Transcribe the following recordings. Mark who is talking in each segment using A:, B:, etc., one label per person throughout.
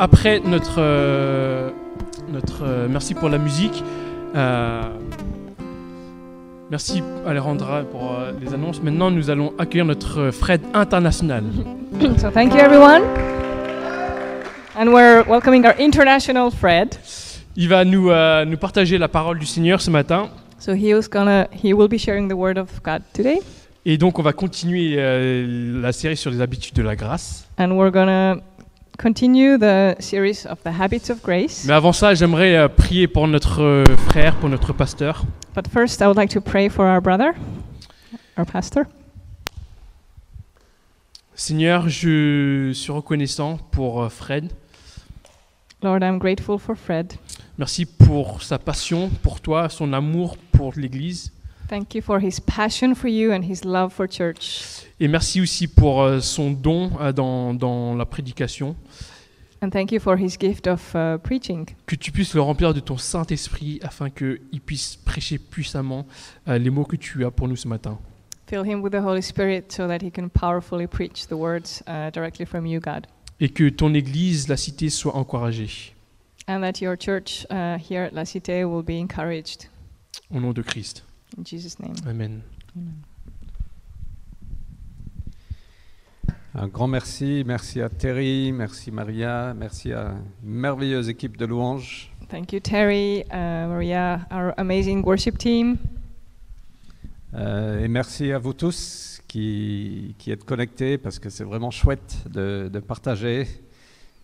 A: Après notre, euh, notre euh, merci pour la musique, euh, merci Alejandra pour euh, les annonces. Maintenant, nous allons accueillir notre euh, Fred international.
B: So thank you, everyone. And we're welcoming our international Fred.
A: Il va nous, euh, nous partager la parole du Seigneur ce matin.
B: So he was gonna, he will be sharing the word of God today,
A: Et donc, on va continuer euh, la série sur les habitudes de la grâce.
B: and we're gonna continue the series of the habits of grace.
A: Mais avant ça, j'aimerais euh, prier pour notre euh, frère, pour notre pasteur.
B: But first, I would like to pray for our brother, our pastor.
A: Seigneur, je suis reconnaissant pour euh, Fred.
B: Lord, I'm grateful for Fred.
A: Merci pour sa passion, pour toi, son amour pour l'Église.
B: Thank you for his passion for you and his love for church,
A: Et merci aussi pour euh, son don euh, dans, dans la prédication.
B: and thank you for his gift of uh, preaching.
A: Que tu puisses le remplir de ton Saint-Esprit afin qu'il puisse prêcher puissamment euh, les mots que tu as pour nous ce matin.
B: Fill him with the Holy Spirit so that he can powerfully preach the words uh, directly from you, God.
A: Et que ton Église, la cité, soit encouragée.
B: and that your church uh, here at La Cité will be encouraged.
A: Au nom de Christ.
B: In Jesus' name.
A: Amen.
C: Un grand merci, merci à Terry, merci Maria, merci à une merveilleuse équipe de louanges.
B: Thank you, Terry, uh, Maria, our amazing worship team.
C: Euh, et merci à vous tous qui, qui êtes connectés parce que c'est vraiment chouette de, de partager.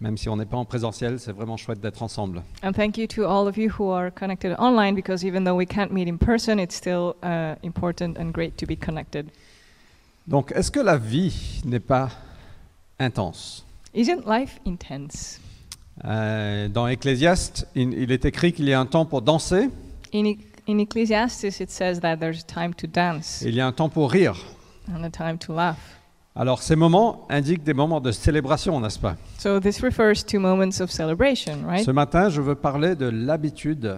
C: Même si on n'est pas en présentiel, c'est vraiment chouette d'être ensemble.
B: And thank you to all of you who are connected online because even though we can't meet in person, it's still uh, important and great to be connected.
C: Donc, est-ce que la vie n'est pas intense
B: Isn't life intense?
C: Euh, Dans Ecclésiaste, il, il est écrit qu'il y a un temps pour danser
B: In, e- in Ecclesiastes, it says that there's time to dance
C: et il y a un temps pour rire.
B: and a time to laugh.
C: Alors, ces moments indiquent des moments de célébration, n'est-ce pas
B: So this refers to moments of celebration, right?
C: Ce matin, je veux parler de l'habitude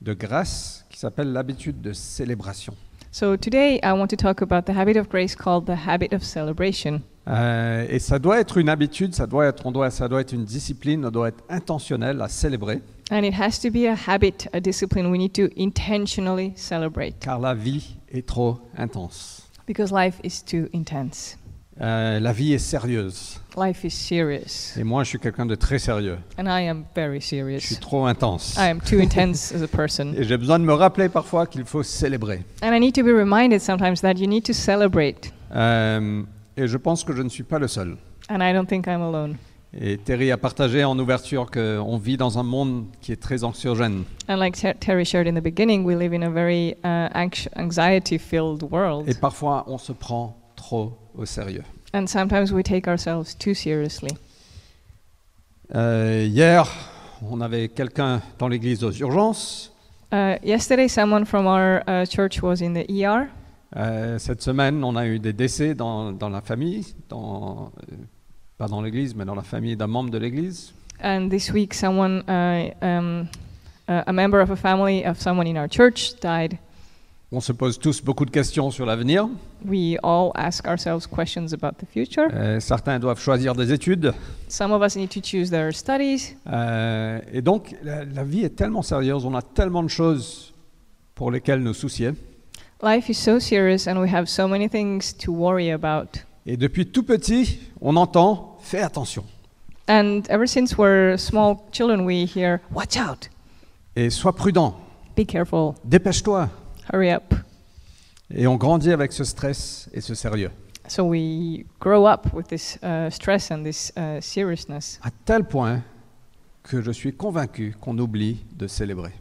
C: de grâce qui s'appelle l'habitude de célébration.
B: So today I want to talk about the habit of grace called the habit of celebration.
C: Euh, et ça doit être une habitude, ça doit être, on doit, ça doit être une discipline, on doit être intentionnel à célébrer,
B: And it has to be a habit, a discipline. We need to intentionally celebrate
C: car la vie est trop intense.
B: because life is too intense.
C: Euh, la vie est sérieuse.
B: Life is serious.
C: Et moi, je suis quelqu'un de très sérieux.
B: And I am very
C: Je suis
B: serious.
C: trop intense.
B: I am too intense as a person.
C: Et j'ai besoin de me rappeler parfois qu'il faut célébrer.
B: And I need to be reminded sometimes that you need to celebrate.
C: Euh, et je pense que je ne suis pas le seul.
B: And I don't think I'm alone.
C: Et Terry a partagé en ouverture qu'on vit dans un monde qui est très anxiogène.
B: And like Ter- Terry shared in the beginning, we live in a very uh, anx- anxiety filled world.
C: Et parfois, on se prend trop au sérieux.
B: and sometimes we take ourselves too seriously.
C: Euh, hier, on avait quelqu'un dans l'église aux urgences.
B: Uh, yesterday, someone from our uh, church was in the ER.
C: Euh, cette semaine, on a eu des décès dans, dans la famille, dans, euh, pas dans l'église, mais dans la famille d'un membre de l'église.
B: And this week, someone, uh, um, uh, a member of a family of someone in our church died.
C: On se pose tous beaucoup de questions sur l'avenir.
B: We all ask ourselves questions about the future.
C: Euh, certains doivent choisir des études.
B: Some of us need to choose their studies.
C: Euh, et donc, la, la vie est tellement sérieuse, on a tellement de choses pour lesquelles nous soucier.
B: Life is so serious, and we have so many things to worry about.
C: Et depuis tout petit, on entend fais attention
B: And ever since we're small children, we hear, Watch out!
C: et sois prudent,
B: Be careful!
C: dépêche-toi.
B: Hurry up!
C: Et on grandit avec ce stress et ce sérieux,
B: So we grow up with this uh, stress and this uh, seriousness.
C: à tel point que je suis convaincu qu'on oublie de célébrer.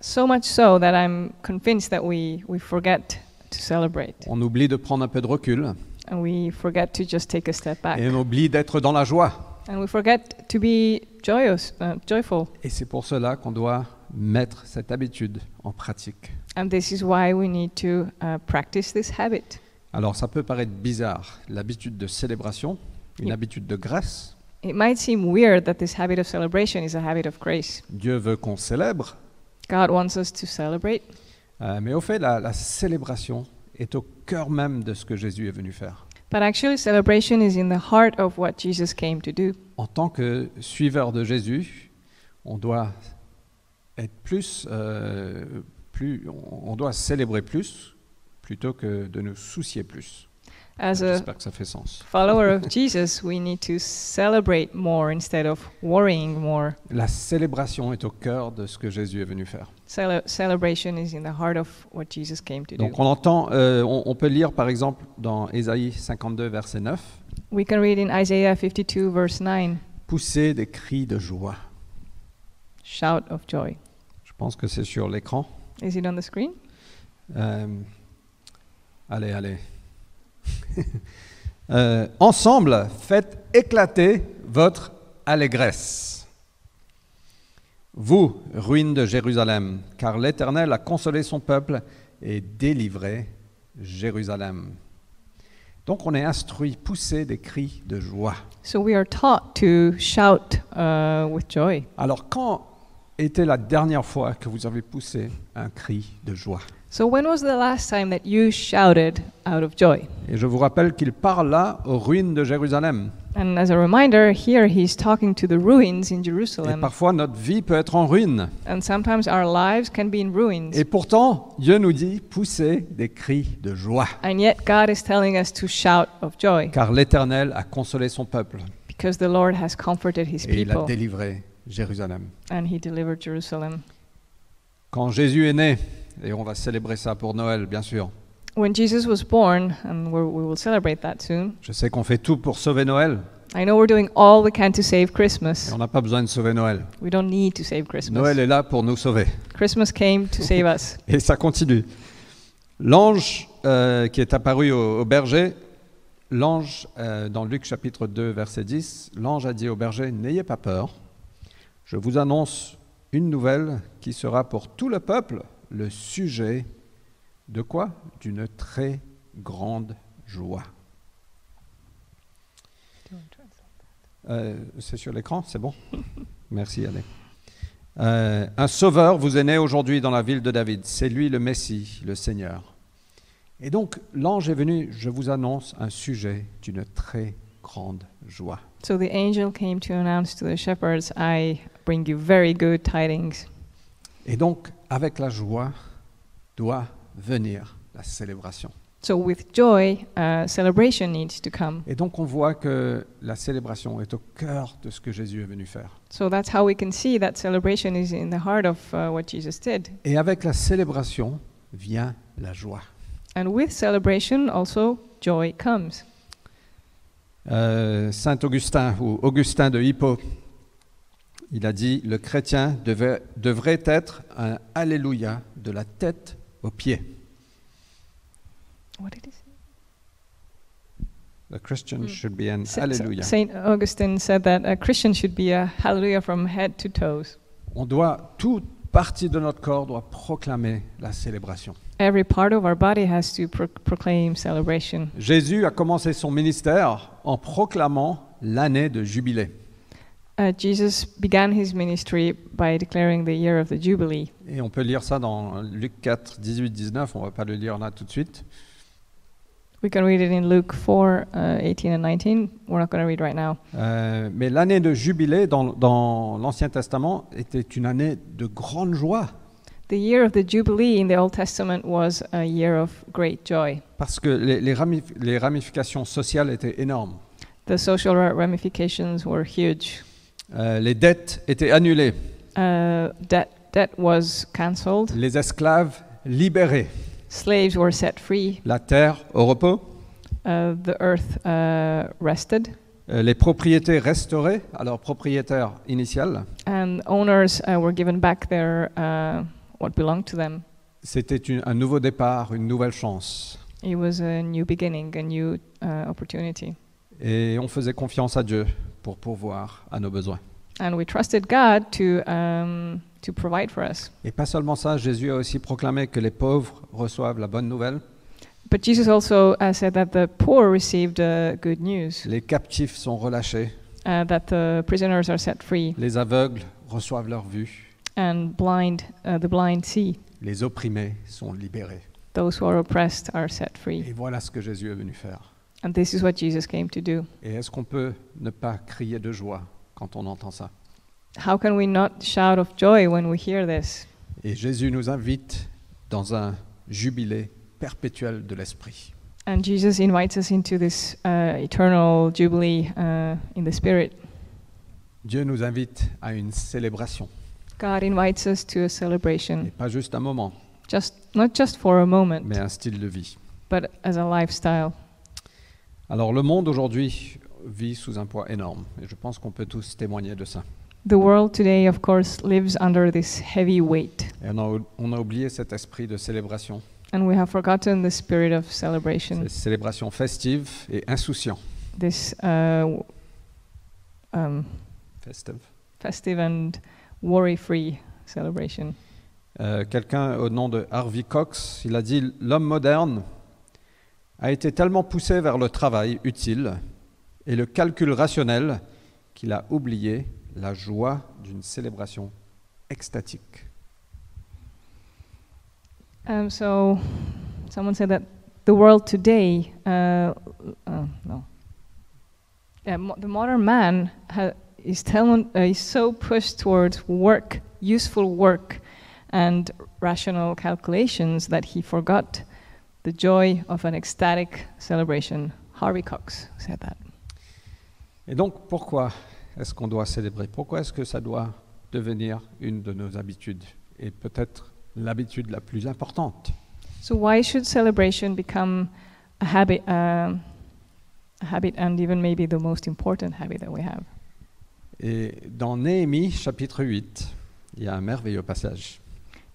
B: So much so that I'm convinced that we, we forget to celebrate.
C: On oublie de prendre un peu de recul
B: and we forget to just take a step back
C: et on oublie d'être dans la joie.
B: and we forget to be joyous uh, joyful
C: Et c'est pour cela qu'on doit mettre cette habitude en pratique.
B: and this is why we need to uh, practice this habit
C: Alors ça peut paraître bizarre, l'habitude de célébration, une
B: Oui.
C: habitude de grâce.
B: it might seem weird that this habit of celebration is a habit of grace
C: Dieu veut qu'on célèbre,
B: god wants us to celebrate
C: euh, mais au fait, la- la célébration est au cœur même de ce que Jésus est venu faire.
B: But actually, celebration is in the heart of what Jesus came to do.
C: En tant que suiveur de Jésus, on doit être plus, euh, plus on on doit célébrer plus plutôt que de nous soucier plus.
B: As a
C: J'espère que ça fait sens.
B: follower of Jesus, we need to celebrate more instead of worrying more.
C: La célébration est au cœur de ce que Jésus est venu faire.
B: Cele- celebration is in the heart of what Jesus came to do.
C: Donc on entend, euh, on, on peut lire par exemple dans Ésaïe 52, verset 9,
B: We can read in Isaiah 52, verse 9
C: pousser des cris de joie.
B: shout of joy.
C: Je pense que c'est sur l'écran.
B: Is it on the screen?
C: Euh, allez, allez. Euh, ensemble, faites éclater votre allégresse. Vous, ruines de Jérusalem, car l'Éternel a consolé son peuple et délivré Jérusalem. Donc on est instruit, poussé des cris de joie.
B: So we are taught to shout uh, with joy.
C: Alors quand était la dernière fois que vous avez poussé un cri de joie
B: So when was the last time that you shouted out of joy?
C: Et je vous rappelle qu'il parle là aux ruines de Jérusalem.
B: And as a reminder, here he's talking to the ruins in
C: Et
B: Jerusalem.
C: parfois, notre vie peut être en ruine.
B: And sometimes our lives can be in ruins.
C: Et pourtant, Dieu nous dit, poussez des cris de joie,
B: And yet God is telling us to shout of joy
C: car l'Éternel a consolé son peuple
B: because the Lord has comforted his
C: et il a
B: people
C: délivré Jérusalem.
B: and he delivered Jerusalem.
C: Quand Jésus est né, et on va célébrer ça pour Noël, bien sûr.
B: When Jesus was born, and we're, we will celebrate that soon,
C: Je sais qu'on fait tout pour sauver Noël,
B: I know we're doing all we can to save
C: et
B: Christmas.
C: on n'a pas besoin de sauver Noël.
B: We don't need to save Christmas.
C: Noël est là pour nous sauver.
B: Christmas came to save us.
C: Et ça continue. L'ange euh, qui est apparu au, au berger, l'ange, euh, dans Luc chapitre 2, verset 10, l'ange a dit au berger, N'ayez pas peur, je vous annonce une nouvelle qui sera pour tout le peuple le sujet de quoi D'une très grande joie. Euh, c'est sur l'écran, c'est bon Merci, allez. Euh, un sauveur vous est né aujourd'hui dans la ville de David. C'est lui le Messie, le Seigneur. Et donc l'ange est venu, je vous annonce un sujet d'une très grande joie.
B: So the angel came to announce to the shepherds, I bring you very good tidings.
C: Et donc avec la joie doit venir la célébration.
B: So with joy, uh, celebration needs to come.
C: Et donc on voit que la célébration est au cœur de ce que Jésus est venu faire.
B: So that's how we can see that celebration is in the heart of uh, what Jesus did.
C: Et avec la célébration vient la joie.
B: And with celebration, also joy comes.
C: Euh, Saint Augustin ou Augustin de Hippo, il a dit Le chrétien devait- devrait être un Alléluia de la tête aux pieds.
B: What did he say?
C: The Christian
B: Mm.
C: should be an
B: Sa- sa-
C: Alléluia.
B: Saint Augustine said that a Christian should be a hallelujah from head to toes.
C: On doit, toute partie de notre corps doit proclamer la célébration.
B: Every part of our body has to pro- proclaim celebration.
C: Jésus a commencé son ministère en proclamant l'année de jubilé.
B: Uh, Jesus began his ministry by declaring the year of the Jubilee.
C: Et on peut lire ça dans Luc 4, 18, 19. On ne va pas le lire là tout de suite.
B: We can read it in Luke 4 uh, 18 and 19. We're not going to read right now.
C: Euh, mais l'année de jubilé dans, dans l'Ancien Testament était une année de grande joie
B: The year of the Jubilee in the Old Testament was a year of great joy.
C: parce que les, les ramif- les ramifications sociales étaient énormes.
B: The social ra- ramifications were huge.
C: Euh, les dettes étaient annulées,
B: Uh, debt, debt was cancelled,
C: les esclaves libérés,
B: slaves were set free,
C: la terre au repos,
B: uh, the earth uh, rested,
C: euh, les propriétés restaurées à leur propriétaire initial.
B: and owners uh, were given back their uh, what belonged to them.
C: C'était une- un nouveau départ, une nouvelle chance.
B: It was a new beginning, a new uh, opportunity.
C: Et on faisait confiance à Dieu pour pourvoir à nos besoins.
B: And we trusted God to, um, to provide for us.
C: Et pas seulement ça, Jésus a aussi proclamé que les pauvres reçoivent la bonne nouvelle.
B: But Jesus also uh, said that the poor received uh, good news,
C: Les captifs sont relâchés,
B: uh, that the prisoners are set free,
C: les aveugles reçoivent leur vue,
B: and blind, uh, the blind see.
C: les opprimés sont libérés.
B: Those who are oppressed are set free.
C: Et voilà ce que Jésus est venu faire.
B: And this is what Jesus came to do.
C: Et est-ce qu'on peut ne pas crier de joie quand on entend ça
B: How can we not shout of joy when we hear this?
C: Et Jésus nous invite dans un jubilé perpétuel de l'esprit.
B: And Jesus invites us into this uh, eternal jubilee uh, in the Spirit.
C: Dieu nous invite à une célébration,
B: God invites us to a celebration,
C: et pas juste un moment,
B: just not just for a moment,
C: mais un style de vie.
B: but as a lifestyle.
C: Alors le monde aujourd'hui vit sous un poids énorme, et je pense qu'on peut tous témoigner de ça.
B: The world today, of course, lives under this heavy weight,
C: Et on a, on a oublié cet esprit de célébration,
B: and we have forgotten the spirit of celebration.
C: cette célébration festive et insouciant.
B: This uh, w- um,
C: Festive.
B: festive and worry-free celebration.
C: Euh, Quelqu'un au nom de Harvey Cox, il a dit L'homme moderne a été tellement poussé vers le travail utile et le calcul rationnel qu'il a oublié la joie d'une célébration extatique.
B: Um, so, someone said that the world today, uh, uh, no, yeah, mo- the modern man ha- is, telling, uh, is so pushed towards work, useful work, and rational calculations that he forgot the joy of an ecstatic celebration. Harvey Cox said that.
C: Et donc, pourquoi est-ce qu'on doit célébrer Pourquoi est-ce que ça doit devenir une de nos habitudes et peut-être l'habitude la plus importante
B: So, why should celebration become a habit, um a habit, and even maybe the most important habit that we have?
C: Et dans Néhémie chapitre 8, il y a un merveilleux passage.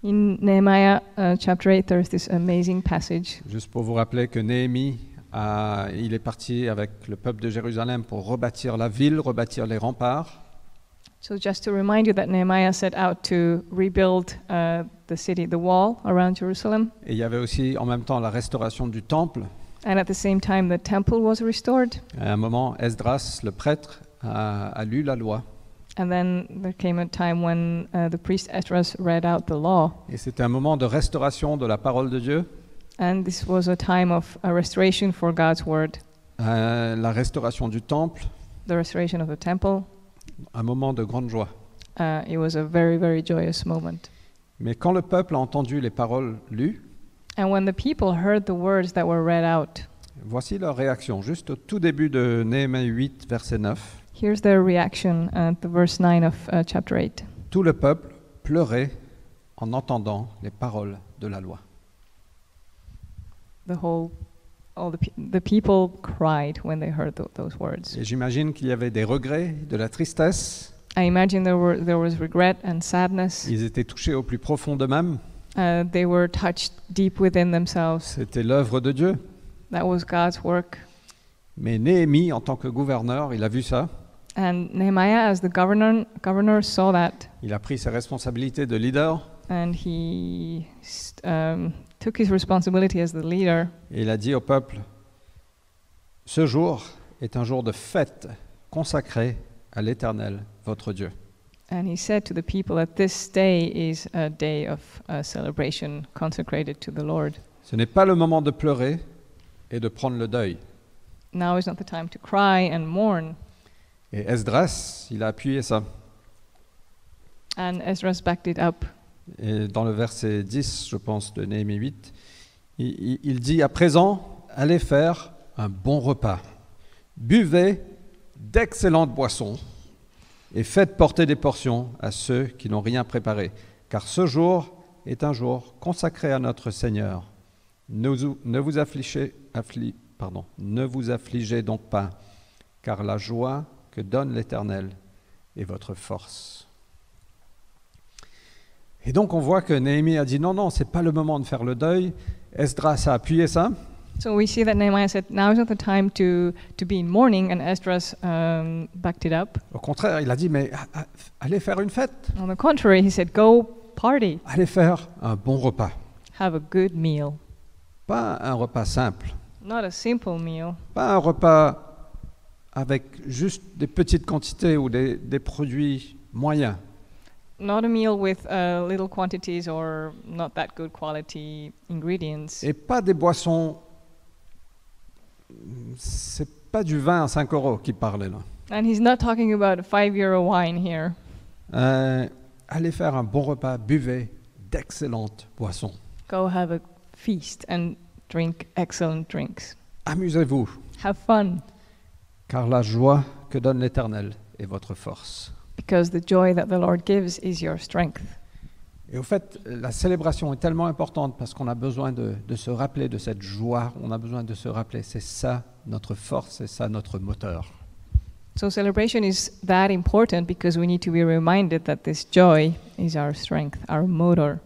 B: In Nehemiah uh, chapter 8, there's this amazing passage.
C: Juste pour vous rappeler que Néhémie, a- il est parti avec le peuple de Jérusalem pour rebâtir la ville, rebâtir les remparts.
B: So, just to remind you that Nehemiah set out to rebuild uh, the city, the wall around Jerusalem,
C: Et il y avait aussi en même temps la restauration du temple.
B: and at the same time, the temple was restored.
C: À un moment, Esdras, le prêtre, a, a lu la loi.
B: And then there came a time when uh, the priest Esdras read out the law.
C: Et c'était un moment de restauration de la parole de Dieu,
B: And this was a time of a restoration for God's word,
C: euh, la restauration du temple,
B: the restoration of the temple.
C: un moment de grande joie.
B: Uh, it was a very, very joyous moment.
C: Mais quand le peuple a entendu les paroles lues,
B: And when the people heard the words that were read out,
C: voici leur réaction, juste au tout début de Néhémie 8, verset 9.
B: here's their reaction at the verse 9 of uh, chapter 8.
C: Tout le peuple pleurait en entendant les paroles de la loi.
B: the whole all the pe- the people cried when they heard tho- those words.
C: Et j'imagine qu'il y avait des regrets, de la tristesse.
B: I imagine there were there was regret and sadness.
C: Ils étaient touchés au plus profond d'eux-mêmes.
B: Uh, they were touched deep within themselves.
C: C'était l'œuvre de Dieu.
B: That was God's work.
C: Mais Néhémie, en tant que gouverneur, il a vu ça.
B: And Nehemiah, as the governor governor, saw that,
C: Il a pris ses responsabilités de leader
B: and he s- um, took his responsibility as the leader,
C: et il a dit au peuple Ce jour est un jour de fête consacré à l'Éternel, votre Dieu.
B: and he said to the people that this day is a day of uh, celebration consecrated to the Lord.
C: Ce n'est pas le moment de pleurer et de prendre le deuil.
B: Now is not the time to cry and mourn.
C: Et Esdras, il a appuyé ça.
B: And Esdras backed it up
C: Et dans le verset 10, je pense, de Néhémie 8, il, il- il dit À présent, allez faire un bon repas. Buvez d'excellentes boissons et faites porter des portions à ceux qui n'ont rien préparé. Car ce jour est un jour consacré à notre Seigneur. Ne vous, ne vous affligez, affli- pardon, ne vous affligez donc pas, car la joie que donne l'Éternel est votre force. Et donc on voit que Néhémie a dit non, non, c'est pas le moment de faire le deuil. Esdras a appuyé ça.
B: So we see that Nehemiah said, "Now is not the time to to be in mourning," and Esdras um, backed it up.
C: Au contraire, il a dit mais a- a- allez faire une fête,
B: On the contrary, he said, "Go party,
C: allez faire un bon repas.
B: have a good meal,
C: Pas un repas simple,
B: not a simple meal,
C: pas un repas avec juste des petites quantités ou des, des produits moyens.
B: not a meal with uh, little quantities or not that good quality ingredients,
C: Et pas des boissons c'est pas du vin à 5 euros qu'il parlait là.
B: And he's not talking about a five euro wine here.
C: Euh, allez faire un bon repas, buvez d'excellentes boissons.
B: Go have a feast and drink excellent drinks.
C: Amusez-vous,
B: Have fun,
C: car la joie que donne l'Éternel est votre force.
B: because the joy that the Lord gives is your strength.
C: Et au fait, la célébration est tellement importante parce qu'on a besoin de, de se rappeler de cette joie, on a besoin de se rappeler, c'est ça notre force, c'est ça notre moteur.
B: So, celebration is that important because we need to be reminded that this joy is our strength, our motor.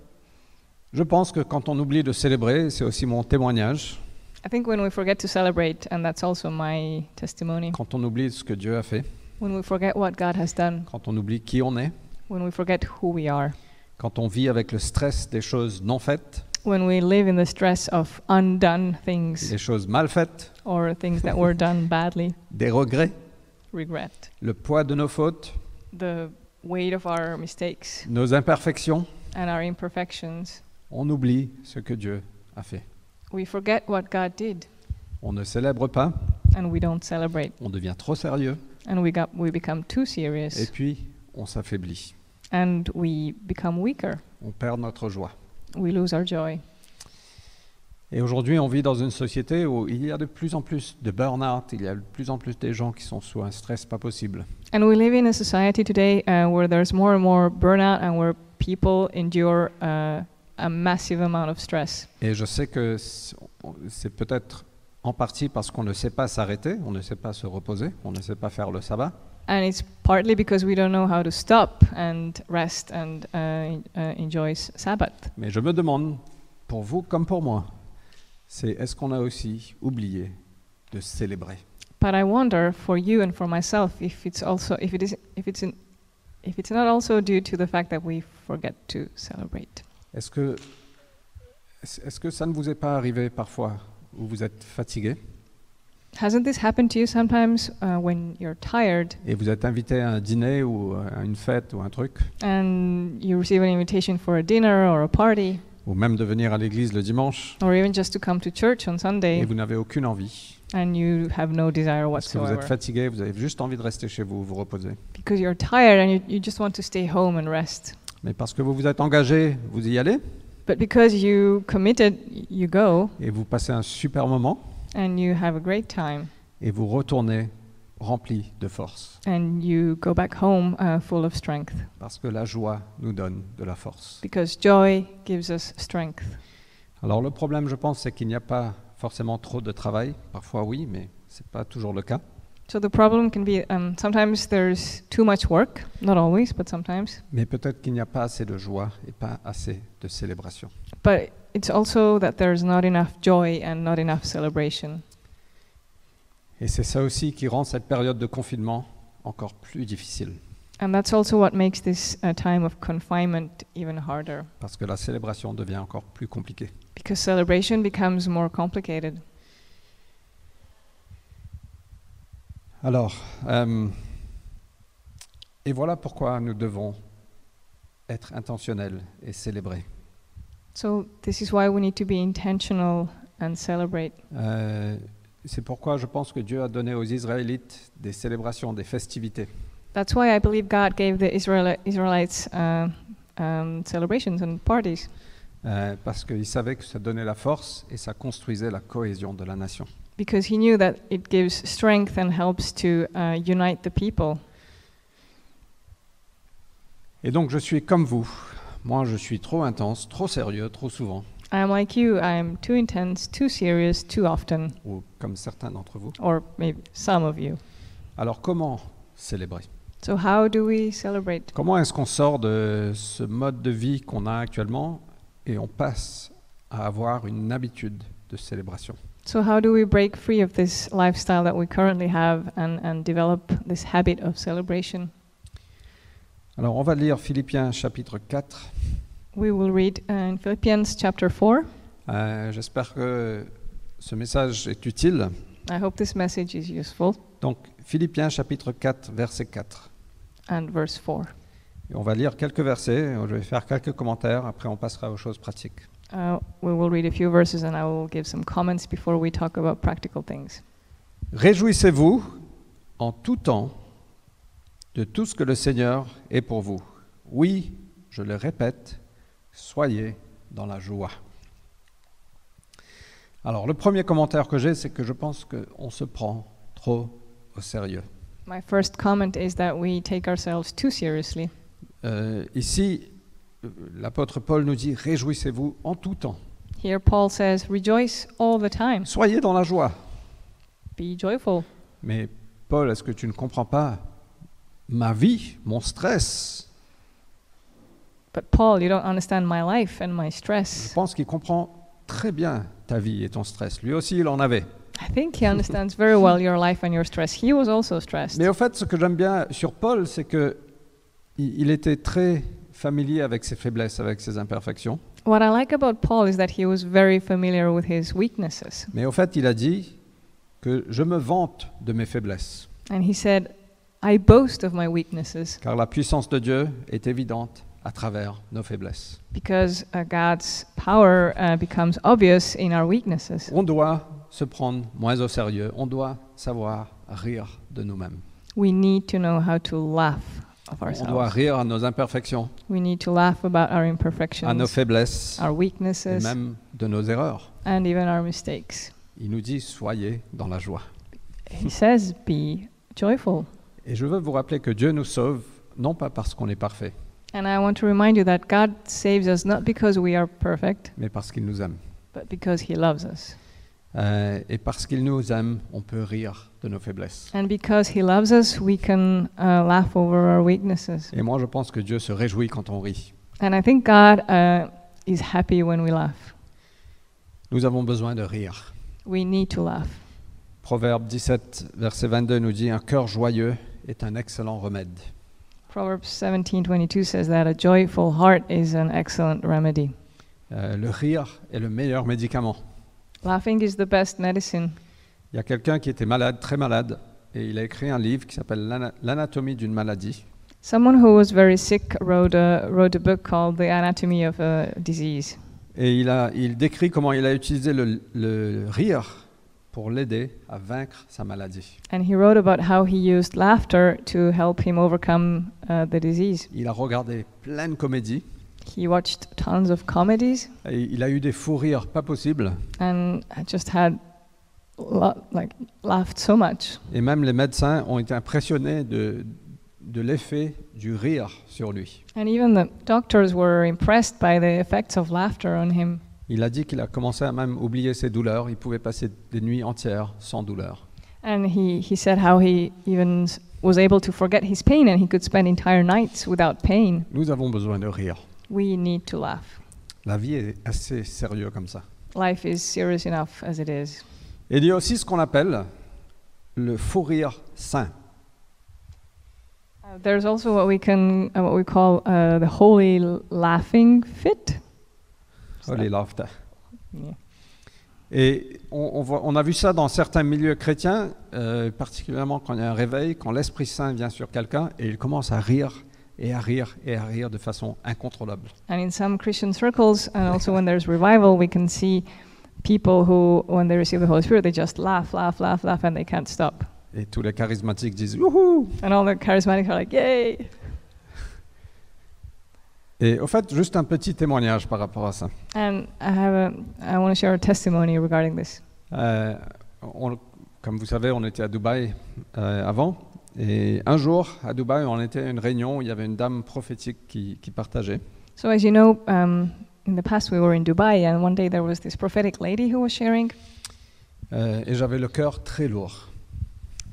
C: Je pense que quand on oublie de célébrer, c'est aussi mon témoignage,
B: I think when we forget to celebrate, and that's also my testimony,
C: quand on oublie ce que Dieu a fait,
B: when we forget what God has done,
C: quand on oublie qui on est,
B: when we forget who we are,
C: quand on vit avec le stress des choses non faites,
B: when we live in the stress of undone things
C: des choses mal faites,
B: or things that were done badly,
C: des regrets,
B: regret,
C: le poids de nos fautes,
B: the weight of our mistakes
C: nos imperfections,
B: and our imperfections,
C: on oublie ce que Dieu a fait.
B: we forget what God did
C: On ne célèbre pas,
B: and we don't celebrate
C: on devient trop sérieux
B: and we, got, we become too
C: et
B: serious
C: puis on s'affaiblit.
B: and we become weaker.
C: On perd notre joie.
B: We lose our joy.
C: Et aujourd'hui, on vit dans une société où il y a de plus en plus de burn-out, il y a de plus en plus des gens qui sont sous un stress pas possible.
B: And we live in a society today uh, where there's more and more burnout and where people endure uh, a massive amount of stress.
C: Et je sais que c- on- c'est peut-être en partie parce qu'on ne sait pas s'arrêter, on ne sait pas se reposer, on ne sait pas faire le sabbat.
B: And it's partly because we don't know how to stop and rest and uh, en- uh, enjoy s- Sabbath.
C: Mais je me demande, pour vous comme pour moi, c'est est-ce qu'on a aussi oublié de célébrer
B: But I wonder for you and for myself if it's also if it is if it's in, if it's not also due to the fact that we forget to celebrate.
C: Est-ce que, est-ce que ça ne vous est pas arrivé parfois où vous êtes fatigué
B: Hasn't this happened to you sometimes uh, when you're tired
C: et vous êtes invité à un dîner ou à une fête ou un truc,
B: and you receive an invitation for a dinner or a party
C: ou même de venir à l'église le dimanche
B: or even just to come to church on
C: et
B: Sunday
C: vous n'avez aucune envie
B: and you have no desire
C: parce que vous êtes
B: whatsoever
C: fatigué, vous avez juste envie de rester chez vous, vous reposer.
B: because you're tired and you, you just want to stay home and rest.
C: Mais parce que vous vous êtes engagé, vous y allez
B: But because you committed, you go
C: et vous passez un super moment
B: and you have a great time
C: et vous retournez rempli de force
B: and you go back home uh, full of strength
C: parce que la joie nous donne de la force.
B: because joy gives us strength.
C: Alors le problème, je pense, c'est qu'il n'y a pas forcément trop de travail. Parfois oui, mais c'est pas toujours le cas.
B: So the problem can be um, sometimes there's too much work, not always, but sometimes.
C: Mais peut-être qu'il n'y a pas assez de joie et pas assez de célébration.
B: But it's also that there's not enough joy and not enough celebration.
C: Et c'est ça aussi qui rend cette période de confinement encore plus difficile.
B: And that's also what makes this uh, time of confinement even harder,
C: Parce que la célébration devient encore plus compliquée.
B: because celebration becomes more complicated.
C: Alors, euh, et voilà pourquoi nous devons être intentionnels et célébrer.
B: So this is why we need to be intentional and celebrate.
C: Euh, c'est pourquoi je pense que Dieu a donné aux Israélites des célébrations, des festivités.
B: That's why I believe God gave the Israeli- Israelites uh, um, celebrations and parties,
C: Euh, parce qu'il savait que ça donnait la force et ça construisait la cohésion de la nation.
B: because He knew that it gives strength and helps to uh, unite the people.
C: Et donc je suis comme vous. Moi, je suis trop intense, trop sérieux, trop souvent,
B: I'm like you, I'm too intense, too serious, too often,
C: ou comme certains d'entre vous.
B: or maybe some of you.
C: Alors comment célébrer
B: So, how do we celebrate?
C: Comment est-ce qu'on sort de ce mode de vie qu'on a actuellement et on passe à avoir une habitude de célébration
B: So, how do we break free of this lifestyle that we currently have and, and develop this habit of celebration?
C: Alors on va lire Philippiens chapitre 4.
B: We will read uh, in Philippians chapter 4.
C: Euh, J'espère que ce message est utile.
B: I hope this message is useful.
C: Donc Philippiens chapitre 4, verset 4.
B: And verse 4.
C: Et on va lire quelques versets, je vais faire quelques commentaires, après on passera aux choses pratiques.
B: Uh, we will read a few verses and I will give some comments before we talk about practical things.
C: Réjouissez-vous en tout temps de tout ce que le Seigneur est pour vous. Oui, je le répète, soyez dans la joie. Alors, le premier commentaire que j'ai, c'est que je pense qu'on se prend trop au sérieux.
B: My first comment is that we take ourselves too seriously.
C: Euh, ici, euh, l'apôtre Paul nous dit Réjouissez-vous en tout temps.
B: Here, Paul says, Rejoice all the time,
C: Soyez dans la joie.
B: be joyful.
C: Mais Paul, est-ce que tu ne comprends pas ma vie, mon stress
B: But, Paul, you don't understand my life and my
C: Je
B: stress.
C: pense qu'il comprend très bien ta vie et ton stress. Lui aussi, il en avait.
B: I think he understands very well your life and your stress. He was also stressed.
C: Mais au fait, ce que j'aime bien sur Paul, c'est que il il était très familier avec ses faiblesses, avec ses imperfections.
B: What I like about Paul is that he was very familiar with his weaknesses.
C: Mais au fait, il a dit que je me vante de mes faiblesses,
B: And he said, I boast of my weaknesses
C: car la puissance de Dieu est évidente à travers nos faiblesses.
B: because uh, God's power uh, becomes obvious in our weaknesses.
C: On doit se prendre moins au sérieux, on doit savoir rire de nous-mêmes.
B: We need to know how to laugh of
C: On doit
B: ourselves.
C: rire à nos imperfections,
B: We need to laugh about our
C: à nos
B: imperfections,
C: faiblesses
B: our
C: et
B: weaknesses,
C: même de nos erreurs.
B: and even our mistakes.
C: Il nous dit soyez dans la joie.
B: He says, Be joyful.
C: Et je veux vous rappeler que Dieu nous sauve non pas parce qu'on est parfait,
B: And I want to remind you that God saves us not because we are perfect,
C: mais parce qu'il nous aime.
B: but because He loves us.
C: Euh, et parce qu'il nous aime, on peut rire de nos faiblesses.
B: And because He loves us, we can uh, laugh over our weaknesses.
C: Et moi, je pense que Dieu se réjouit quand on rit.
B: And I think God uh, is happy when we laugh.
C: Nous avons besoin de rire.
B: We need to laugh.
C: Proverbe 17, verset 22 nous dit Un cœur joyeux est un excellent remède.
B: Proverbs 17:22 says that a joyful heart is an excellent remedy.
C: Euh, le rire est le meilleur médicament.
B: Laughing is the best medicine.
C: Il y a quelqu'un qui était malade, très malade, et il a écrit un livre qui s'appelle L'ana- L'anatomie d'une maladie.
B: Someone who was very sick wrote a, wrote a book called The Anatomy of a Disease.
C: Et il, a, il décrit comment il a utilisé le, le rire pour l'aider à vaincre sa maladie.
B: And he wrote about how he used laughter to help him overcome uh, the disease.
C: Il a regardé plein de comédies,
B: He watched tons of comedies
C: et il a eu des fous rires pas possibles.
B: and just had lo- like laughed so much.
C: Et même les médecins ont été impressionnés de, de l'effet du rire sur lui.
B: And even the doctors were impressed by the effects of laughter on him.
C: Il a dit qu'il a commencé à même oublier ses douleurs. Il pouvait passer des nuits entières sans douleur.
B: And he, he said how he even s- was able to forget his pain and he could spend entire nights without pain.
C: Nous avons besoin de rire.
B: We need to laugh.
C: La vie est assez sérieuse comme ça.
B: Life is serious enough as it is.
C: Et il y a aussi ce qu'on appelle le faux rire sain.
B: Uh, there's also what we can uh, what we call uh, the holy l- laughing fit. Is
C: Oh,
B: that-
C: les laughter.
B: yeah.
C: Et on, on voit- on a vu ça dans certains milieux chrétiens, euh, particulièrement quand il y a un réveil, quand l'Esprit Saint vient sur quelqu'un et il commence à rire et à rire et à rire de façon incontrôlable.
B: And in some Christian circles, and also when there's revival, we can see people who, when they receive the Holy Spirit, they just laugh, laugh, laugh, laugh, and they can't stop.
C: Et tous les charismatiques disent Youhou
B: And all the charismatics are like, "Yay!"
C: Et au fait, juste un petit témoignage par rapport à ça.
B: And I have a, I want to share a testimony regarding this.
C: Euh, on- comme vous savez, on était à Dubaï euh, avant. Et un jour, à Dubaï, on était à une réunion où il y avait une dame prophétique qui, qui partageait.
B: So, as you know, um, in the past we were in Dubai, and one day there was this prophetic lady who was sharing,
C: Euh, et j'avais le cœur très lourd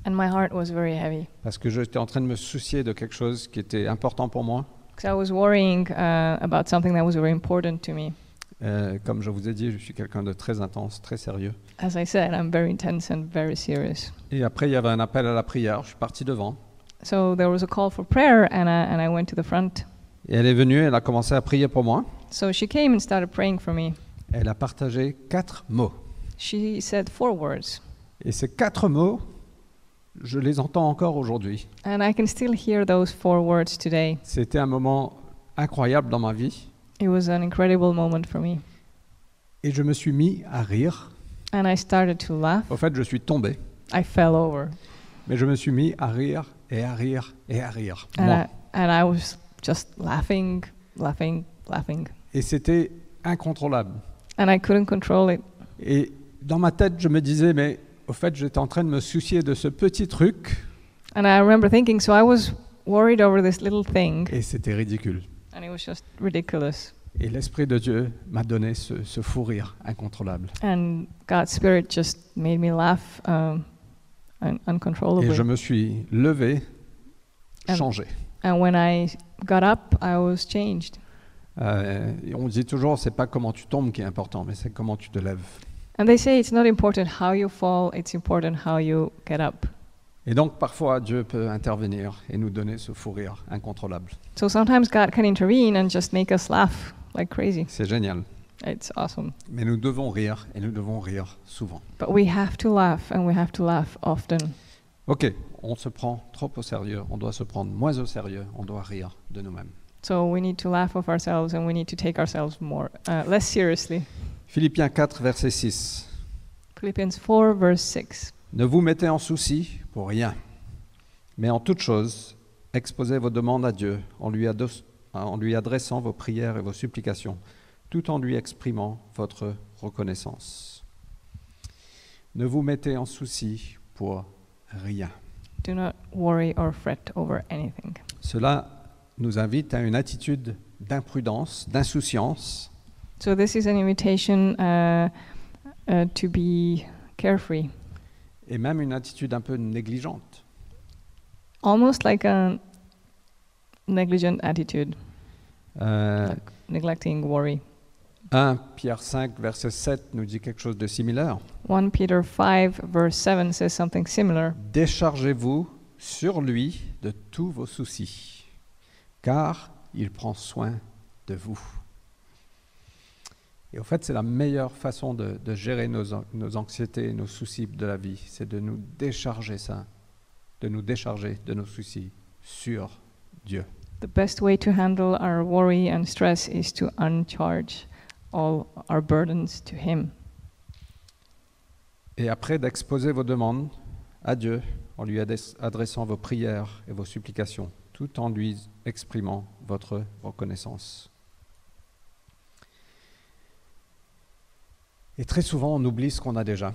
B: and my heart was very heavy
C: parce que j'étais en train de me soucier de quelque chose qui était important pour moi.
B: because I was worrying uh, about something that was very important to me.
C: Euh, comme je vous ai dit, je suis quelqu'un de très intense, très sérieux.
B: As I said, I'm very intense and very serious.
C: Et après, il y avait un appel à la prière. Je suis parti devant.
B: So there was a call for prayer, and I, and I went to the front.
C: Et elle est venue, elle a commencé à prier pour moi.
B: So she came and started praying for me.
C: Elle a partagé quatre mots.
B: She said four words,
C: Et ces quatre mots, je les entends encore aujourd'hui.
B: and I can still hear those four words today.
C: C'était un moment incroyable dans ma vie.
B: It was an incredible moment for me.
C: Et je me suis mis à rire.
B: And I started to laugh.
C: Au fait, je suis tombé.
B: I fell over.
C: Mais je me suis mis à rire et à rire et à rire.
B: And,
C: Moi.
B: I, and I was just laughing, laughing, laughing.
C: Et c'était incontrôlable.
B: And I couldn't control it.
C: Et dans ma tête, je me disais, mais au fait, j'étais en train de me soucier de ce petit truc
B: And I remember thinking, so I was worried over this little thing,
C: et c'était ridicule.
B: and it was just ridiculous.
C: Et l'Esprit de Dieu m'a donné ce, ce fou rire incontrôlable.
B: And God's Spirit just made me laugh um, un-
C: Et
B: uncontrollably.
C: je me suis levé,
B: Oh Ah.
C: changé.
B: And when I got up, I was changed.
C: Euh, et on dit toujours, c'est pas comment tu tombes qui est important, mais c'est comment tu te lèves.
B: And they say it's not important how you fall, it's important how you get up.
C: Et donc parfois Dieu peut intervenir et nous donner ce fou rire incontrôlable.
B: So sometimes God can intervene and just make us laugh like crazy.
C: C'est génial.
B: It's awesome.
C: Mais nous devons rire et nous devons rire souvent.
B: But we have to laugh and we have to laugh often.
C: Ok, on se prend trop au sérieux, on doit se prendre moins au sérieux, on doit rire de nous-mêmes.
B: So we need to laugh of ourselves and we need to take ourselves more uh, less seriously.
C: Philippiens 4, verset 6.
B: Philippians 4 verse 6.
C: Ne vous mettez en souci pour rien, mais en toute chose, exposez vos demandes à Dieu en lui, ados- en lui adressant vos prières et vos supplications, tout en lui exprimant votre reconnaissance. Ne vous mettez en souci pour rien.
B: Do not worry or fret over anything.
C: Cela nous invite à une attitude d'imprudence, d'insouciance,
B: So this is an invitation uh, uh, to be carefree,
C: et même une attitude un peu négligente.
B: almost like a negligent attitude,
C: Euh,
B: neglecting worry.
C: 1 Pierre 5, verset 7 nous dit quelque chose de similaire.
B: 1 Peter 5 verse 7 says something similar.
C: Déchargez-vous sur lui de tous vos soucis, car il prend soin de vous. Et au fait, c'est la meilleure façon de, de gérer nos, an- nos anxiétés et nos soucis de la vie, c'est de nous décharger ça, de nous décharger de nos soucis sur Dieu.
B: The best way to handle our worry and stress is to uncharge all our burdens to Him.
C: Et après d'exposer vos demandes à Dieu en lui adress- adressant vos prières et vos supplications, tout en lui exprimant votre reconnaissance. Et très souvent, on oublie ce qu'on a déjà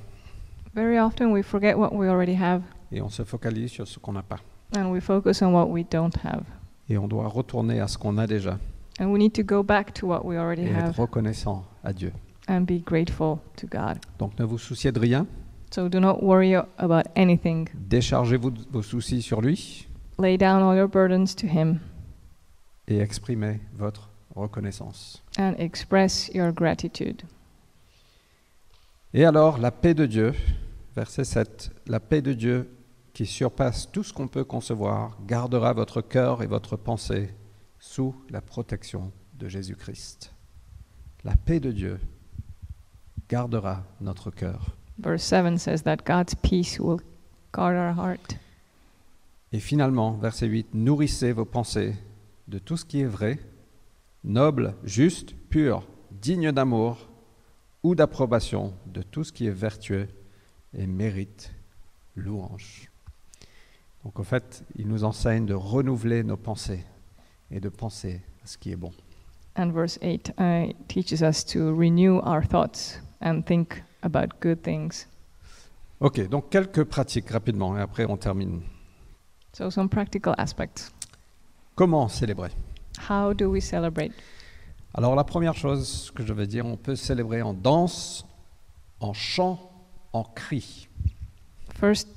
B: Very often we forget what we already have
C: et on se focalise sur ce qu'on n'a pas.
B: and we focus on what we don't have.
C: Et on doit retourner à ce qu'on a déjà
B: And we need to go back to what we already
C: et être
B: have
C: reconnaissant à Dieu.
B: and be grateful to God.
C: Donc ne vous souciez de rien,
B: So do not worry o- about anything.
C: déchargez-vous de vos soucis sur lui
B: Lay down all your burdens to Him
C: et exprimez votre reconnaissance.
B: and express your gratitude.
C: Et alors, la paix de Dieu, verset 7, la paix de Dieu qui surpasse tout ce qu'on peut concevoir, gardera votre cœur et votre pensée sous la protection de Jésus-Christ. La paix de Dieu gardera notre cœur.
B: Verse 7 says that God's peace will guard our heart.
C: Et finalement, verset 8, nourrissez vos pensées de tout ce qui est vrai, noble, juste, pur, digne d'amour ou d'approbation, de tout ce qui est vertueux et mérite louange. Donc en fait, il nous enseigne de renouveler nos pensées et de penser à ce qui est bon.
B: And verse 8 uh, teaches us to renew our thoughts and think about good things.
C: Ok, donc quelques pratiques rapidement et après on termine.
B: So, some practical aspects.
C: Comment célébrer
B: How do we celebrate?
C: Alors la première chose que je veux dire, on peut célébrer en danse, en chant, en cri.
B: First,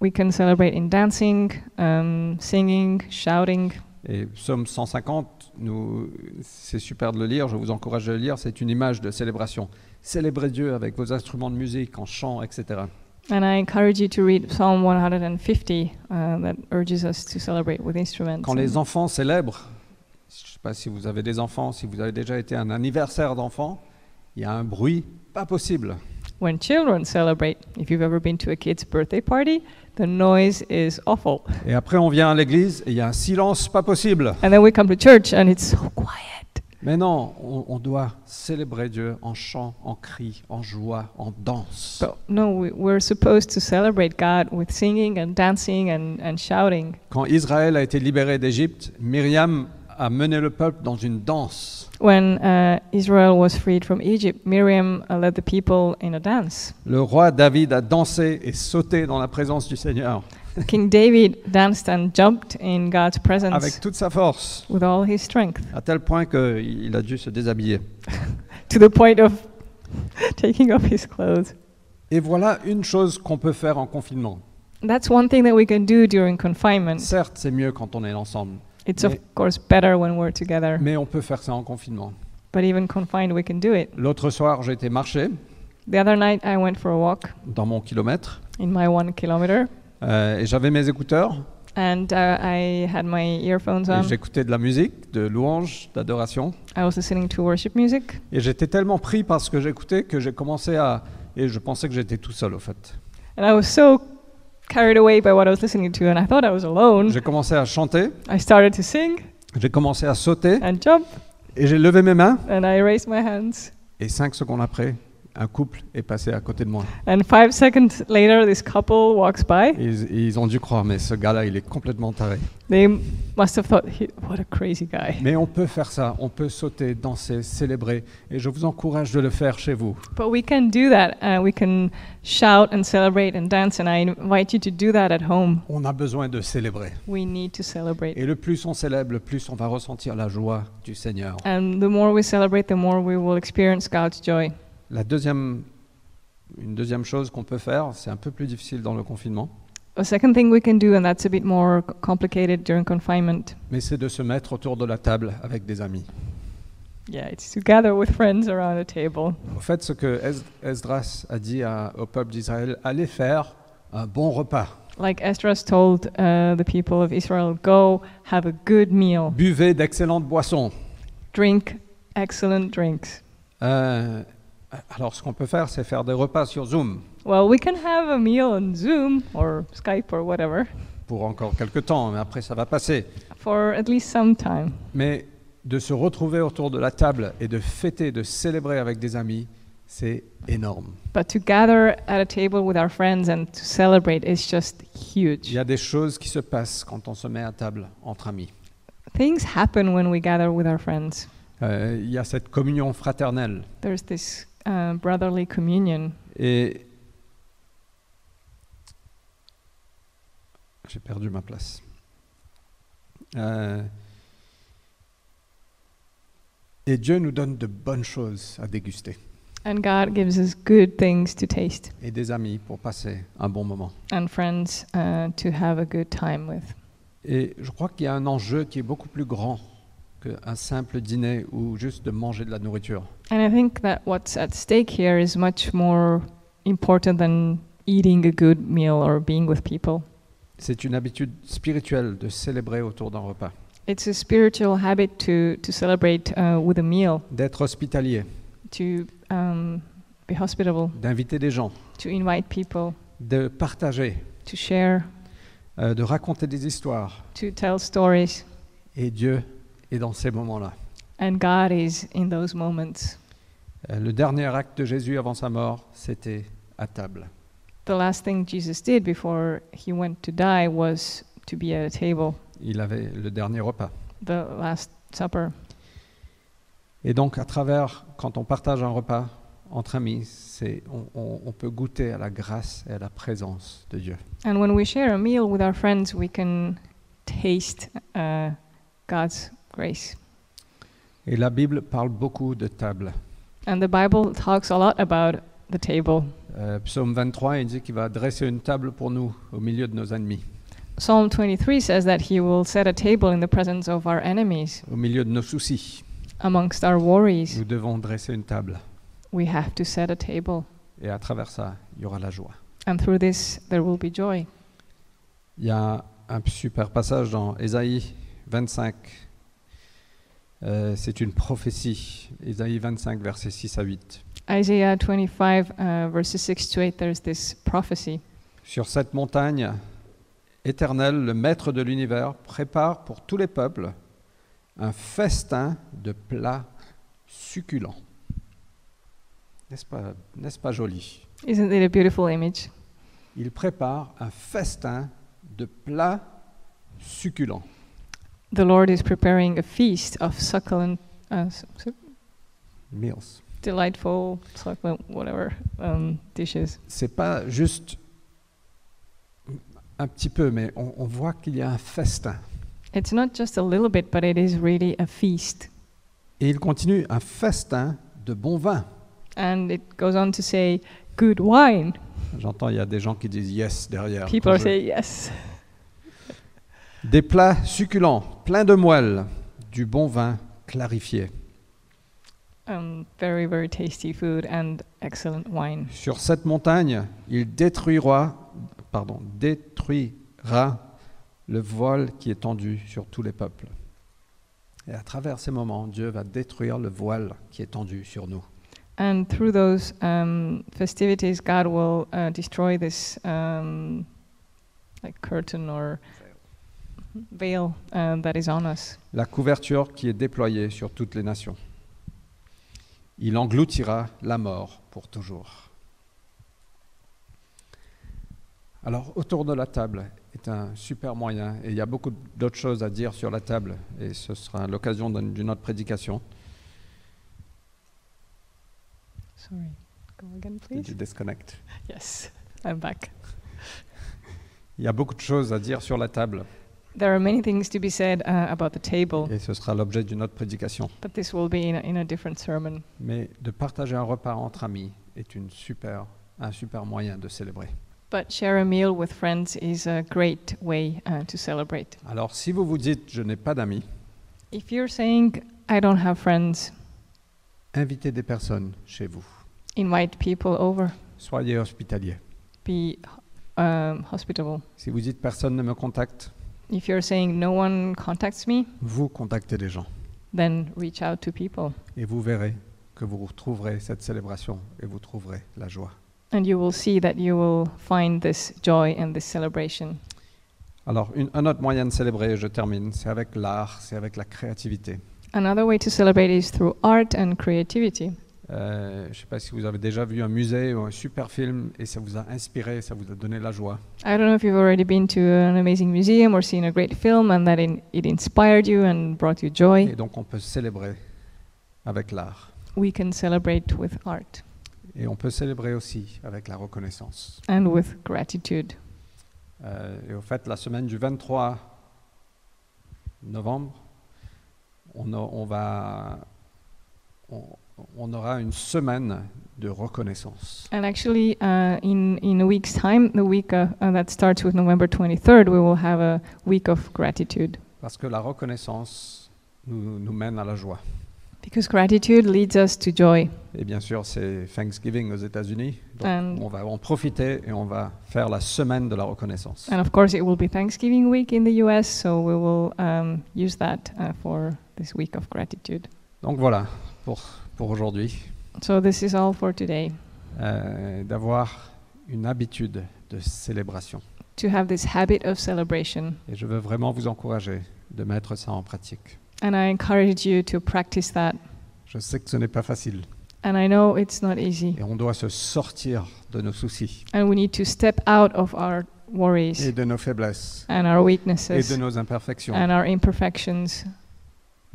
B: we can celebrate in dancing, um, singing, shouting.
C: Et Psaume 150, nous- c'est super de le lire, je vous encourage à le lire, c'est une image de célébration. Célébrez Dieu avec vos instruments de musique, en chant, etc.
B: And I encourage you to read Psalm 150 uh, that urges us to celebrate with instruments.
C: Quand
B: and-
C: les enfants célèbrent, je ne sais pas si vous avez des enfants, si vous avez déjà été à un anniversaire d'enfant, il y a un bruit pas possible.
B: when children celebrate, if you've ever been to a kid's birthday party, the noise is awful.
C: Et après on vient à l'église et il y a un silence pas possible.
B: And then we come to church and it's so quiet.
C: Mais non, on, on doit célébrer Dieu en chant, en cri, en joie, en danse.
B: But no, we, we're supposed to celebrate God with singing and dancing and, and shouting.
C: Quand Israël a été libéré d'Égypte, Myriam a mené le peuple dans une danse.
B: When uh, Israel was freed from Egypt, Miriam uh, led the people in a dance.
C: Le roi David a dansé et sauté dans la présence du Seigneur
B: King David danced and jumped in God's presence
C: avec toute sa force,
B: with all his strength,
C: à tel point qu'il a dû se déshabiller.
B: to the point of taking off his clothes.
C: Et voilà une chose qu'on peut faire en confinement.
B: That's one thing that we can do during confinement.
C: Certes, c'est mieux quand on est ensemble,
B: It's
C: Mais-
B: of course better when we're together,
C: mais on peut faire ça en confinement.
B: but even confined we can do it.
C: L'autre soir, j'ai été marcher
B: The other night I went for a walk
C: dans mon kilomètre
B: in my one kilometer,
C: euh, et j'avais mes écouteurs
B: and uh, I had my earphones
C: et
B: on.
C: j'écoutais de la musique, de louanges, d'adoration.
B: I was listening to worship music,
C: Et j'étais tellement pris par ce que j'écoutais que j'ai commencé à... Et je pensais que j'étais tout seul, au fait.
B: and I was so carried away by what I was listening to, and I thought I was alone.
C: J'ai commencé à chanter,
B: I started to sing
C: j'ai commencé à sauter,
B: and jump,
C: et j'ai levé mes mains.
B: and I raised my hands.
C: Et cinq secondes après, un couple est passé à côté de moi.
B: And five seconds later, this couple walks by.
C: Ils, ils ont dû croire, mais ce gars-là, il est complètement taré.
B: They must have thought, "He- what a crazy guy.
C: Mais on peut faire ça, on peut sauter, danser, célébrer. Et je vous encourage de le faire chez vous.
B: But we can do that. Uh, we can shout and celebrate and dance, and I invite you to do that at home.
C: On a besoin de célébrer.
B: We need to celebrate.
C: Et le plus on célèbre, le plus on va ressentir la joie du Seigneur.
B: And the more we celebrate, the more we will experience God's joy.
C: La deuxième, une deuxième chose qu'on peut faire, c'est un peu plus difficile dans le confinement,
B: A second thing we can do, and that's a bit more c- complicated during confinement,
C: mais c'est de se mettre autour de la table avec des amis.
B: yeah, it's to gather with friends around a table.
C: Au fait, ce que Es- Esdras a dit à- au peuple d'Israël, allez faire un bon repas.
B: Like Esdras told uh, the people of Israel, go have a good meal,
C: Buvez d'excellentes boissons.
B: drink excellent drinks.
C: Euh, alors, ce qu'on peut faire, c'est faire des repas sur Zoom
B: Well, we can have a meal on Zoom or Skype or whatever
C: pour encore quelques temps, mais après, ça va passer.
B: for at least some time.
C: Mais de se retrouver autour de la table et de fêter, de célébrer avec des amis, c'est énorme.
B: But to gather at a table with our friends and to celebrate is just
C: Il
B: huge.
C: y a des choses qui se passent quand on se met à table entre amis.
B: Things happen when we gather with our friends.
C: Euh, il y a cette communion fraternelle.
B: There's this uh, brotherly communion.
C: Et. J'ai perdu ma place. Euh, Et Dieu nous donne de bonnes choses à déguster
B: And God gives us good things to taste
C: et des amis pour passer un bon moment.
B: and friends uh, to have a good time with.
C: Et je crois qu'il y a un enjeu qui est beaucoup plus grand qu'un simple dîner ou juste de manger de la nourriture.
B: And I think that what's at stake here is much more important than eating a good meal or being with people.
C: C'est une habitude spirituelle de célébrer autour d'un repas,
B: It's a spiritual habit to, to celebrate uh, with a meal,
C: d'être hospitalier,
B: to um, be hospitable,
C: d'inviter des gens,
B: to invite people,
C: de partager,
B: to share,
C: euh, de raconter des histoires,
B: to tell stories.
C: Et Dieu est dans ces moments-là.
B: And God is in those moments.
C: Euh, Le dernier acte de Jésus avant sa mort, c'était à table.
B: The last thing Jesus did before he went to die was to be at a table,
C: Il avait le dernier repas.
B: the Last Supper.
C: Et donc, à travers, quand on partage un repas entre amis, c'est, on, on- on peut goûter à la grâce et à la présence de Dieu.
B: And when we share a meal with our friends, we can taste uh, God's grace.
C: Et la Bible parle beaucoup de table.
B: And the Bible talks a lot about the table.
C: Euh, Psaume 23, il dit qu'il va dresser une table pour nous au milieu de nos ennemis,
B: Psalm 23 says that he will set a table in the presence of our enemies,
C: au milieu de nos soucis.
B: amongst our worries.
C: Nous devons dresser une table.
B: We have to set a table.
C: Et à travers ça, il y aura la joie.
B: And through this, there will be joy.
C: Il y a un super passage dans Ésaïe 25. Euh, c'est une prophétie. Ésaïe 25, versets 6 à 8.
B: Isaiah 25, uh, verses 6 to 8, there's this prophecy.
C: Sur cette montagne éternelle, le Maître de l'univers prépare pour tous les peuples un festin de plats succulent. N'est-ce pas, n'est-ce pas joli
B: Isn't it a beautiful image?
C: Il prépare un festin de plats succulents.
B: The Lord is preparing a feast of succulent, uh, su- su-
C: Meals.
B: delightful, succulent, whatever um, dishes.
C: C'est pas juste un petit peu, mais on, on voit qu'il y a un festin.
B: It's not just a little bit, but it is really a feast.
C: Et il continue un festin de bon vin.
B: And it goes on to say, good wine.
C: J'entends, il y a des gens qui disent yes derrière.
B: People
C: quand
B: are
C: je-
B: saying yes.
C: Des plats succulents, pleins de moelle, du bon vin clarifié.
B: Um, very, very tasty food and excellent wine.
C: Sur cette montagne, il détruira, pardon, détruira le voile qui est tendu sur tous les peuples. Et à travers ces moments, Dieu va détruire le voile qui est tendu sur nous.
B: And through those um, festivities, God will uh, destroy this um, like curtain or veil um, that is on us.
C: La couverture qui est déployée sur toutes les nations. Il engloutira la mort pour toujours. Alors, autour de la table est un super moyen, et il y a beaucoup d'autres choses à dire sur la table, et ce sera l'occasion d'une d'une autre prédication.
B: Sorry. Go again,
C: Did you
B: please.
C: disconnect?
B: Yes, I'm back.
C: Il y a beaucoup de choses à dire sur la table,
B: There are many things to be said uh, about the table,
C: et ce sera l'objet d'une autre prédication.
B: but this will be in a, in a different sermon.
C: Mais de partager un repas entre amis est une super, un super moyen de célébrer.
B: But share a meal with friends is a great way uh, to celebrate.
C: Alors, si vous vous dites je n'ai pas d'amis,
B: If you're saying, I don't have friends,
C: invitez des personnes chez vous.
B: invite people over,
C: Soyez hospitalier.
B: be um, hospitable.
C: Si vous dites personne ne me contacte,
B: If you're saying no one contacts me,
C: vous contactez les gens
B: then reach out to people
C: et vous verrez que vous retrouverez cette célébration et vous trouverez la joie.
B: and you will see that you will find this joy and this celebration.
C: Alors, une- un autre moyen de célébrer, et je termine, c'est avec l'art, c'est avec la créativité.
B: Another way to celebrate is through art and creativity.
C: Euh, je ne sais pas si vous avez déjà vu un musée ou un super film et ça vous a inspiré, ça vous a donné la joie.
B: I don't know if you've already been to an amazing museum or seen a great film and that in, it inspired you and brought you joy.
C: Et donc, on peut célébrer avec l'art.
B: We can celebrate with art
C: Et on peut célébrer aussi avec la reconnaissance.
B: and with gratitude.
C: Euh, et au fait, la semaine du 23 novembre, on, a- on va, on, on aura une semaine de reconnaissance.
B: And actually, uh, in, in a week's time, the week uh, uh, that starts with November 23rd, we will have a week of gratitude
C: Parce que la reconnaissance nous, nous mène à la joie.
B: because gratitude leads us to joy.
C: Et bien sûr, c'est Thanksgiving aux États-Unis. Donc,
B: And-
C: on va en profiter et on va faire la semaine de la reconnaissance.
B: And of course, it will be Thanksgiving week in the US, so we will um, use that uh, for this week of gratitude.
C: Donc voilà pour, pour aujourd'hui.
B: So, this is all for today
C: Euh, D'avoir une habitude de célébration.
B: to have this habit of celebration.
C: Et je veux vraiment vous encourager de mettre ça en pratique.
B: And I encourage you to practice that.
C: Je sais que ce n'est pas facile
B: And I know it's not easy.
C: et on doit se sortir de nos soucis
B: And we need to step out of our
C: et
B: worries
C: de nos faiblesses
B: and our
C: et de
B: weaknesses
C: nos imperfections.
B: and our imperfections.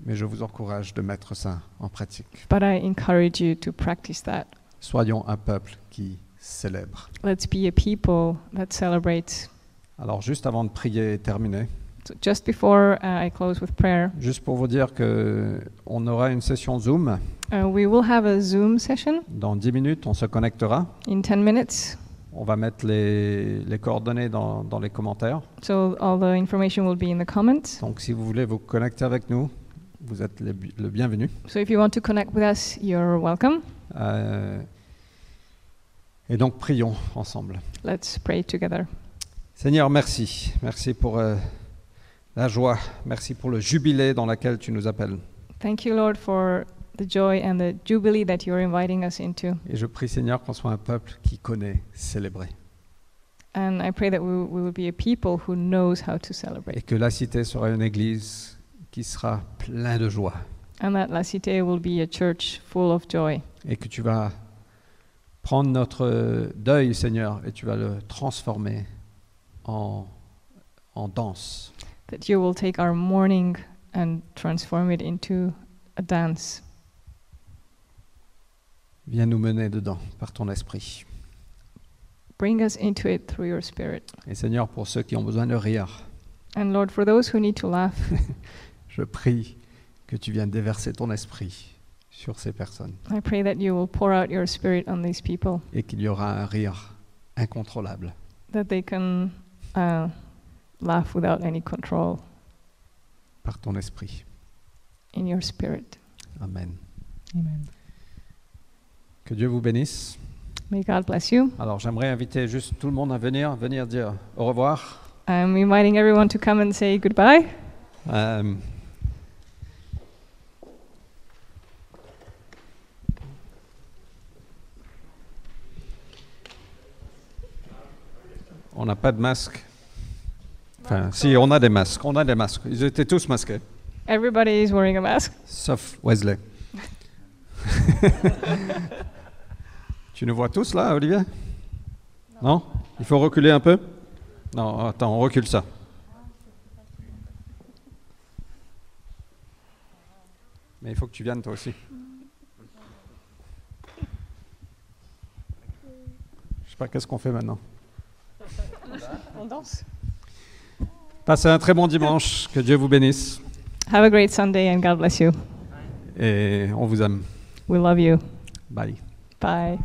C: Mais je vous encourage de mettre ça en pratique.
B: But I encourage you to practice that.
C: Soyons un peuple qui célèbre.
B: Let's be a people that celebrates.
C: Alors juste avant de prier et terminer,
B: So just before uh, I close with prayer,
C: juste pour vous dire que on aura une session Zoom
B: uh, we will have a Zoom session
C: dans 10 minutes, on se connectera.
B: in 10 minutes.
C: On va mettre les, les coordonnées dans, dans les commentaires.
B: So all the information will be in the comments.
C: Donc si vous voulez vous connecter avec nous, vous êtes les bi- le bienvenu.
B: So if you want to connect with us, you're welcome.
C: Euh, et donc prions ensemble.
B: Let's pray together.
C: Seigneur, merci. Merci pour euh, la joie. Merci pour le jubilé dans lequel tu nous appelles.
B: Thank you, Lord, for the joy and the jubilee that you're inviting us into.
C: Et je prie, Seigneur, qu'on soit un peuple qui connaît célébrer.
B: And I pray that we, we will be a people who knows how to
C: Et
B: celebrate.
C: que la cité sera une église qui sera pleine de joie.
B: and that La Cité will be a church full of joy.
C: et que tu vas prendre notre euh, deuil, Seigneur, et tu vas le transformer en, en danse.
B: That you will take our mourning and transform it into a dance.
C: Viens nous mener dedans par ton esprit.
B: Bring us into it through your Spirit.
C: Et Seigneur, pour ceux qui ont besoin de rire,
B: And Lord, for those who need to laugh,
C: je prie que tu viennes déverser ton esprit sur ces personnes
B: I pray that you will pour out your Spirit on these people,
C: et qu'il y aura un rire incontrôlable.
B: that they can uh, laugh without any control
C: par ton esprit.
B: in your Spirit.
C: Amen.
B: Amen.
C: Que Dieu vous bénisse.
B: May God bless you.
C: Alors j'aimerais inviter juste tout le monde à venir, venir dire au revoir.
B: I'm inviting everyone to come and say goodbye.
C: Euh, on n'a pas de masque. Enfin, si, on a des masques. On a des masques. Ils étaient tous masqués,
B: Everybody is wearing a mask.
C: sauf Wesley. tu nous vois tous là, Olivier Non Il faut reculer un peu Non, attends, on recule ça. Mais il faut que tu viennes toi aussi. Je sais pas qu'est-ce qu'on fait maintenant.
B: On danse.
C: Passez un très bon dimanche, que Dieu vous bénisse
B: Have a great Sunday and God bless you.
C: et on vous aime.
B: We love you.
C: Bye.
B: Bye.